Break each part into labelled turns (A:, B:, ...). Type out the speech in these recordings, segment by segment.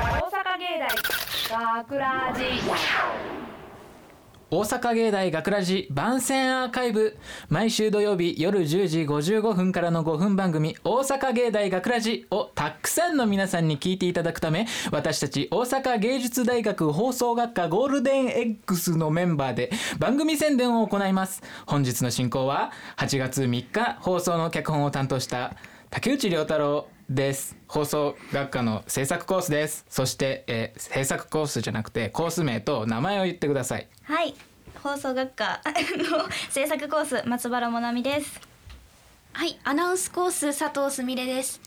A: 芸大学ラジ
B: 大阪芸大学ラジ番宣アーカイブ毎週土曜日夜10時55分からの5分番組「大阪芸大学ラジをたくさんの皆さんに聞いていただくため私たち大阪芸術大学放送学科ゴールデン X のメンバーで番組宣伝を行います本日の進行は8月3日放送の脚本を担当した竹内涼太郎です放送学科の制作コースですそして、えー制作コースじゃなくてコース名と名前を言ってください
C: はい放送学科 の制作コース松原もなみです
D: はい、アナウンスコース佐藤すみれです。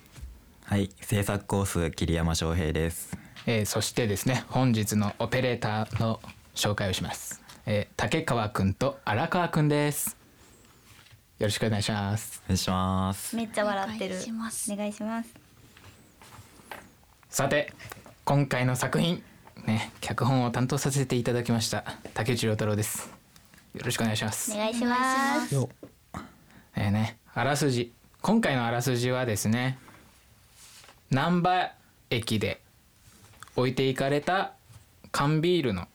E: はい、制作コース桐山翔平です。
B: えーそしてですね本日のオペレーターの紹介をします、えー竹川くんと荒川くんですよろしくお願いします
E: お願いします。
C: めっちゃ笑ってる
D: お願いします
C: お願いします
B: さて今回の作品ね脚本を担当させていただきました竹内涼太郎ですよろしくお願いします
C: お願いします
E: よ、
B: えーねあらすじ今回のあらすじはですね難波駅で置いていかれた缶ビールの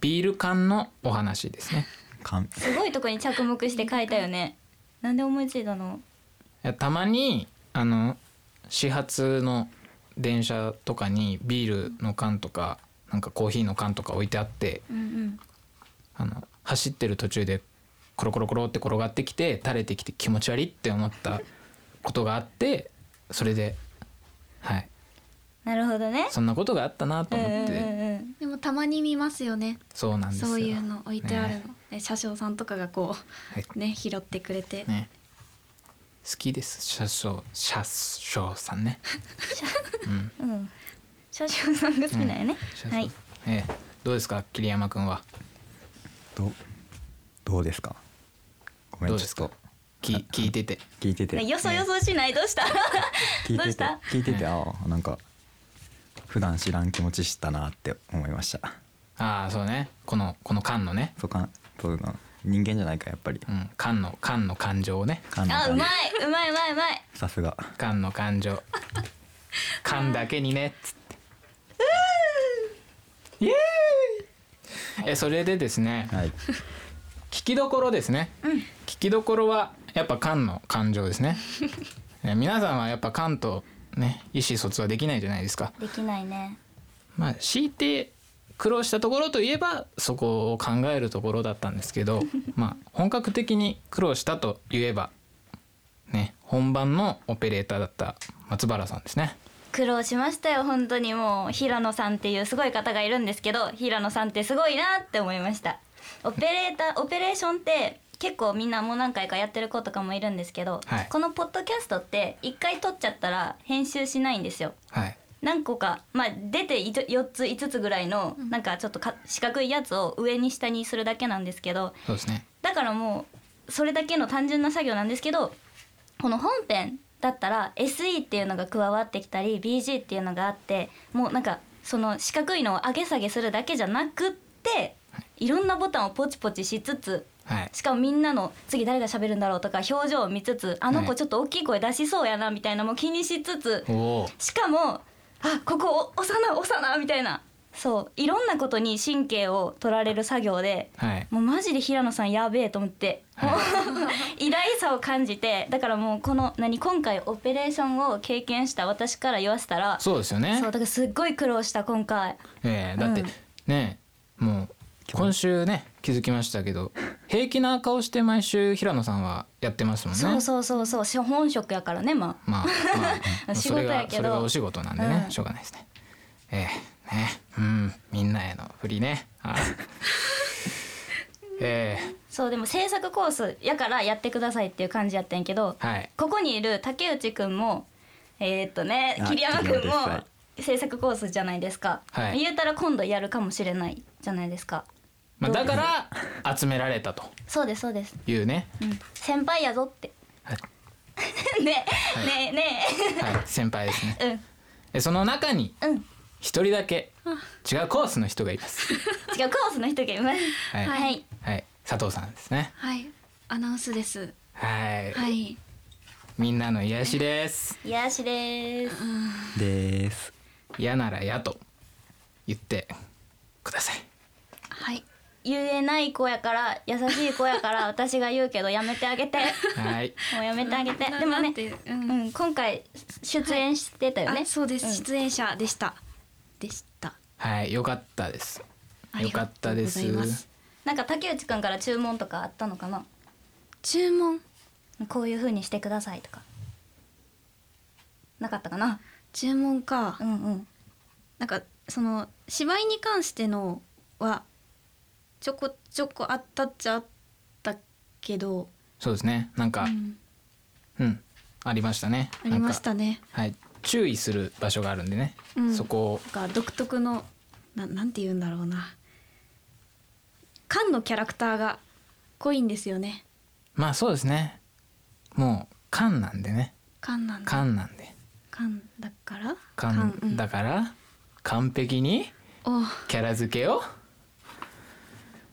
B: ビール缶のお話ですね
E: かん、
C: すごいとこに着目して書いたよねなんで思いついたの
B: いやたまにあの始発の電車とかにビールの缶とかなんかコーヒーの缶とか置いてあって
C: うんうん
B: あの走ってる途中でコロコロコロって転がってきて垂れてきて気持ち悪いって思ったことがあってそれではい
C: なるほどね
B: そんなことがあったなと
C: うんう
B: 思っ
C: んうん
B: て
C: うん
D: でもたまに見ますよね。
B: そうなんですよ
D: そういうの置いてある
B: ね
D: の。ね、車掌さんとかがこ
B: はいう
D: ね拾ってくれて。
B: ね好きです車掌車掌さんね
C: うん少々さんが好きなんやね、
B: 車掌
C: はい
B: ええどうですか桐山君は
E: ど、どうですか。ごめ
B: ど
E: ん、
B: う
E: ち
B: で
E: ょっ
B: すか
E: と
B: き聞いてて
E: 聞いてて、
C: よそよそしないどうした
E: 聞い
C: どう
E: て
C: してた、
E: 聞いてて、
B: う
E: ああ、なんか。普段知らん気持ちしたなって思いました。
B: ああそうねこのこの缶のね、
E: そうか、そうなの、人間じゃないか、やっぱり
B: う。ん、缶の缶の感情をね
E: かん
C: あうまい
E: い。
C: うまいうまいうまい
E: さすが。
B: 缶の感情缶だけにねっつってイエーイえそれでですね
E: はい。
B: 聞きどころですね、聞きどころはやっぱ缶の感情ですねね皆さんはやっぱ缶とね意思疎通はできないじゃないですか
C: できないね
B: まあ強いて苦労したところといえばそこを考えるところだったんですけどまあ本格的に苦労したといえばね本番のオペレーターだった松原さんですね。
C: 苦労しましたよ本当にもう平野さんっていうすごい方がいるんですけど平野さんってすごいなって思いましたオペレーターオ ペレーションって結構みんなもう何回かやってる子とかもいるんですけど、
B: はい
C: このポッドキャストって1回撮っちゃったら編集しないんですよ
B: はい、
C: 何個か、まあ、出て4つ5つぐらいのなんかちょっとか四角いやつを上に下にするだけなんですけど
B: そうですね
C: だからもうそれだけの単純な作業なんですけどこの本編だったら SE っていうのが加わってきたり BG っていうのがあってもうなんかその四角いのを上げ下げするだけじゃなくっていろんなボタンをポチポチしつつ
B: はい
C: しかもみんなの次誰が喋るんだろうとか表情を見つつあの
B: は
C: 子
B: い
C: ちょっと大きい声出しそうやなみたいなのも気にしつつ
B: おおー
C: しかもあここお押さな押さなみたいなそういろんなことに神経を取られる作業で
B: はい
C: もうマジで平野さんやべえと思って、もう 偉大さを感じてだからもうこの何今回オペレーションを経験した私から言わせたら
B: そうですよね
C: そうだからすっごい苦労した今回
B: えーだって、
C: うん
B: ねもう今週ね気づきましたけど平気な顔して毎週平野さんはやってますもんね。
C: そうそうそうそうし本職やからねま あ
B: まあ、まあまあ、
C: 仕
B: そ
C: 事
B: れが
C: やけど
B: それがお仕事なんでね、
C: うん
B: しょうがないですね。ええね、うん、みんなへの振りね。 はいえ
C: そうでも制作コースやからやってくださいっていう感じやったんやけど
B: えはい、
C: ここにいる竹内くんもえーっとね
E: あ
C: 桐山くん
E: 桐山ですは
C: も制作コースじゃないですか、
B: はい
C: 言うたら今度やるかもしれないじゃないですか
B: まあ、だから集められたと
C: そうですそうです、
B: いうね。
C: うん、先輩やぞって
B: はい、
C: ね、
B: はい
C: ねね
B: はい、先輩ですね。
C: え、
B: え、その中に
C: うん、うん、
B: 一人だけ違うコースの人がいます。
C: 違うコースの人がいます。
B: はい、
C: は
B: はい、
C: い、
B: 佐藤さんですね。
D: はい、アナウンスです。
B: はい、
D: はい。
B: みんなの癒しです。
C: 癒やしです。
E: でーす。
B: 嫌ならやと。言ってください
D: はい
C: 言えない子やから優しい子や から私が言うけどやめてあげて
B: はい
C: もうやめてあげて
D: な
C: でも
D: なん
C: ね、
D: てう
C: うんん、今回出演してたよね、
D: あそうです、
C: ん
D: 出演者でしたでした
B: はいよかったです
D: あ
B: よ
D: り
B: か
D: が
B: った
D: とう
B: で
D: ご
B: す
D: ざいます
C: なんか竹内くんから注文とかあったのかな
D: 注文
C: こういう風にしてくださいとかなかったかな
D: 注文か、
C: うんうん
D: なんかその芝居に関してのはちょこちょこあったっちゃあったけど、
B: そうですねなんか
D: うん
B: うん、ありましたね
D: ありまし
B: なんか
D: たね
B: はい注意する場所があるんでね、
D: うん
B: そこを
D: なんか独特のななんて言うんだろうな缶のキャラクターが濃いんですよね
B: まあそうですねもう缶なんでね
D: 缶なんだ
B: 缶なんで
D: 缶だから
B: 缶だ
D: か
B: から完璧に
D: ら、うん、お
B: キャラ付けを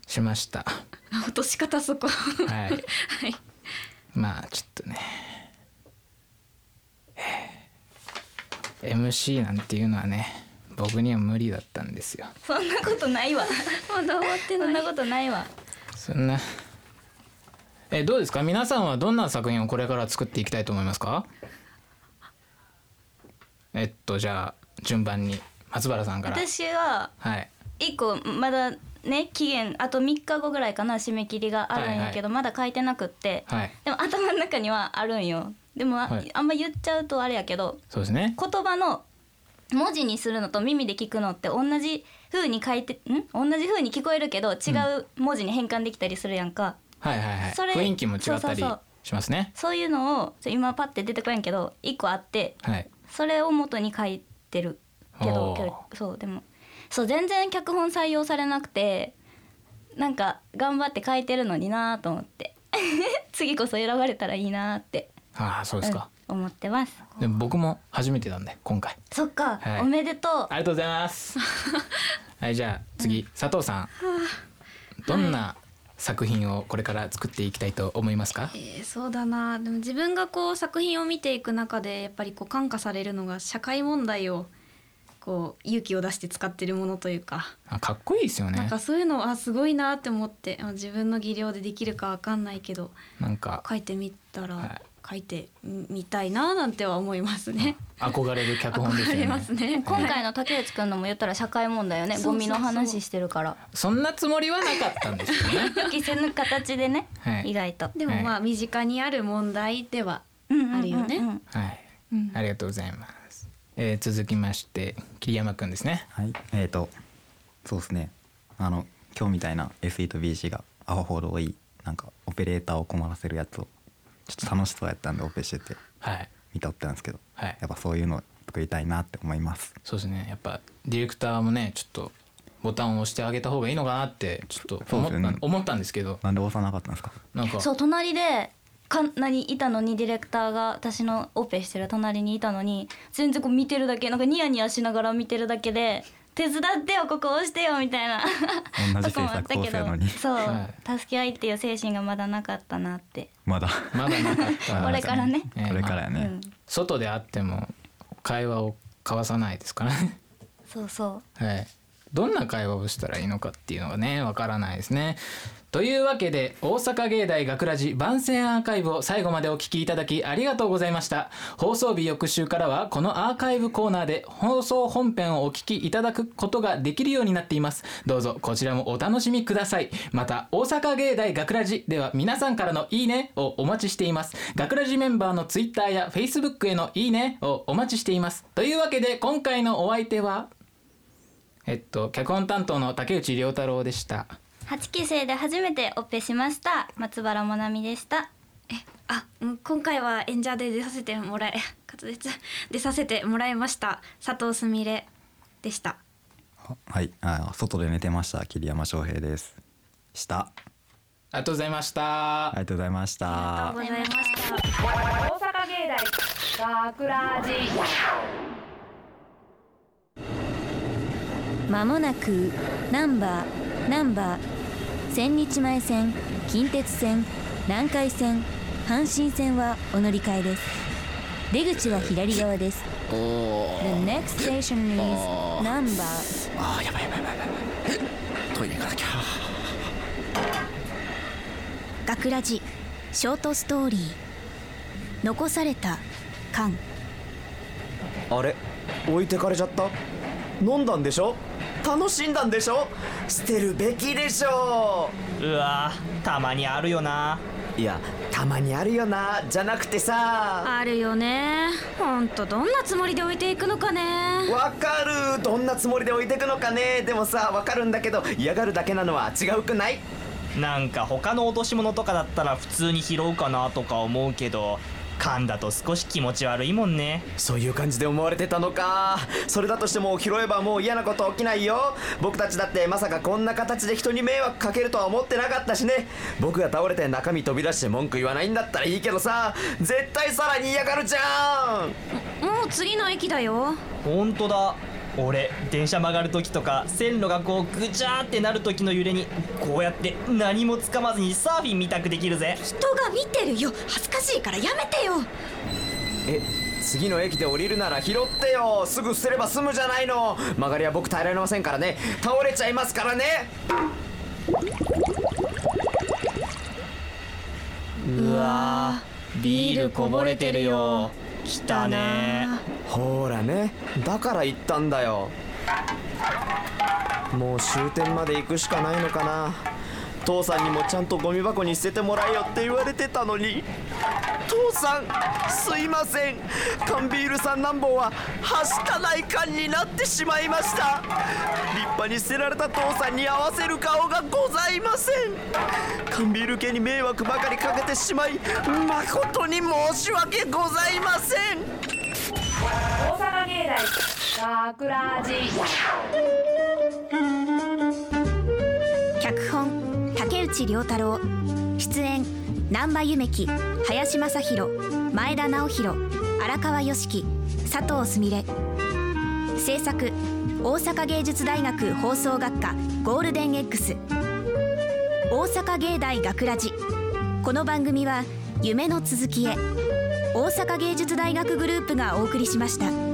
B: しました
D: 落とし方そこ は
B: はい
D: い
B: まあちょっとねえー MC なんていうのはね僕には無理だったんですよ
C: そんなことないわ
D: まだ終わって
C: そん
D: な
C: ないことないわ
B: そんなえどうですか皆さんはどんな作品をこれから作っていきたいと思いますかえっとじゃあ順番に松原さんから
C: 私は
B: はい
C: 一個まだね期限あと3日後ぐらいかな締め切りがあるんやけど、まだ書いてなくって、
B: はい
C: でも頭の中にはあるんよでもあ,、
B: はい
C: あんま言っちゃうとあれやけど
B: そうですね
C: 言葉の文字にするのと耳で聞くのって同じ風に書いてん同じ風に聞こえるけど違う文字に変換できたりするやんか、
B: はいはいはい
C: それ
B: 雰囲気も違ったり
C: そうそうそう
B: しますね
C: そういうのをちょ今パッて出てこやんけど一個あって
B: はい
C: それを元に書いてるけど
B: おー
C: けどそうでもそう全然脚本採用されなくてなんか頑張って書いてるのになーと思って 次こそ選ばれたらいいなーって
B: ああそうですか、
C: うん思ってます
B: でも僕も初めてなんで今回
C: そっか、
B: はい
C: おめでとう
B: ありがとうござい ます。はい、じゃあ次、佐藤さん。どんな作品をこれから作っていきたいと思いますか。
D: えーそうだなでも自分がこう作品を見ていく中でやっぱりこう感化されるのが社会問題をこう勇気を出して使ってるものというか、
B: あかっこいいですよ
D: なん
B: ね
D: か。そういうのあすごいなって思ってまあ自分の技量でできるかわかんないけど
B: なんか
D: 書いてみたら、
B: はい
D: 書いてみたいななんては思いますね。
B: 憧れる脚本です
D: 憧
B: よ
D: れ
B: ね
D: ますね。
C: 今回の竹内くんのも言ったら社会問題よね
D: そう
C: ゴ
D: そうそ
C: ミ
D: う
C: の話してる から
B: そんなつもりはなかったんですよね。
C: 予期せぬ形でね、
B: はい
C: 意外と
D: でもまあ身近にある問題ではあるよね。
C: うんうんうんうん
B: はい、
D: うん
B: ありがとうございます。えー続きまして桐山くんですね。
E: はいえー、とそうですねあの今日みたいな SE と BC がアホほど多いなんかオペレーターを困らせるやつをちょっと楽しそうやったんでオペしてて
B: はい。
E: 見とったんですけど、
B: はい
E: やっぱそういうの作りたいなって思います
B: そうですね。やっぱディレクターもね、ちょっとボタンを押してあげた方がいいのかなってちょっと思った、
E: そうですよね
B: 思ったんですけど、
E: なんで押さなかったんですか
B: なんか
C: そう隣でか何いたのにディレクターが私のオペしてる隣にいたのに全然こう見てるだけなんかニヤニヤしながら見てるだけで「手伝ってよここ押してよ」みたいな
E: 同 じ
C: とこも
E: 制
C: あっ
E: 作
C: た
E: 構
C: け
E: 成
C: ど
E: のに
C: そう、
B: は
C: 助け合いっていう精神がまだなかったなって
E: ま だ
B: まだなかった。
C: これからね、
B: えー
E: これからや
C: う
E: ね
C: ん、
B: 外であっても会話を交わさないですからね、
C: そうそう
B: はい、どんな会話をしたらいいのかっていうのがねわからないですねというわけで大阪芸大学ラジ番宣アーカイブを最後までお聞きいただきありがとうございました放送日翌週からはこのアーカイブコーナーで放送本編をお聞きいただくことができるようになっていますどうぞこちらもお楽しみくださいまた大阪芸大学ラジでは皆さんからのいいねをお待ちしています学ラジメンバーのツイッターやフェイスブックへのいいねをお待ちしていますというわけで今回のお相手はえっと脚本担当の竹内涼太郎でした
C: 8期生で初めてオペしました松原もなみでした
D: あ、うん今回は演者で出させて もらえ、滑舌出させてもらいました。佐藤すみれでした。
E: はいあ外で寝てました桐山翔平ですした
B: ありがとうございました、
E: ありがとうございました
D: ありがとうございました。
A: 大阪芸大学ラジ
F: まもなくナンバーナンバー千日前線近鉄線南海線阪神線はお乗り換えです出口は左側です The next station is number
G: あーやばいやばいやばいやばいトイレ行かなきゃ
F: 学ラジショートストーリー残された缶
H: あれ置いてかれちゃった飲んだんでしょ楽しんだんでしょ捨てるべきでしょ
I: うわーたまにあるよない
H: やたまにあるよなじゃなくてさ
D: あるよねほんとどんなつもりで置いていくのかね
H: わかるどんなつもりで置いてくのかねでもさわかるんだけど嫌がるだけなのは違うくない
I: なんか他の落とし物とかだったら普通に拾うかなとか思うけど缶だと少し気持ち悪いもんね
H: そういう感じで思われてたのかそれだとしても拾えばもう嫌なこと起きないよ僕たちだってまさかこんな形で人に迷惑かけるとは思ってなかったしね僕が倒れて中身飛び出して文句言わないんだったらいいけどさ絶対さらに嫌がるじゃん
D: もう次の駅だよ
I: ほんとだ俺電車曲がる時とか線路がこうぐちゃーってなる時の揺れにこうやって何もつかまずにサーフィンみたくできるぜ
D: 人が見てるよ恥ずかしいからやめてよ
H: え次の駅で降りるなら拾ってよすぐ捨てれば済むじゃないの曲がりは僕耐えられませんからね倒れちゃいますからね
I: うわビールこぼれてるよ来たね
H: ほらねだから言ったんだよもう終点まで行くしかないのかな父さんにもちゃんとゴミ箱に捨ててもらえよって言われてたのに父さんすいません缶ビールさんなんぼははしたない缶になってしまいました立派に捨てられた父さんに合わせる顔がございません缶ビール家に迷惑ばかりかけてしまい誠に申し訳ございません
A: 大阪芸大学ラジ
F: 脚本竹内涼太郎出演難波夢樹林正宏前田直弘荒川良樹佐藤すみれ制作大阪芸術大学放送学科ゴールデン X 大阪芸大学ラジこの番組は夢の続きへ大阪芸術大学グループがお送りしました。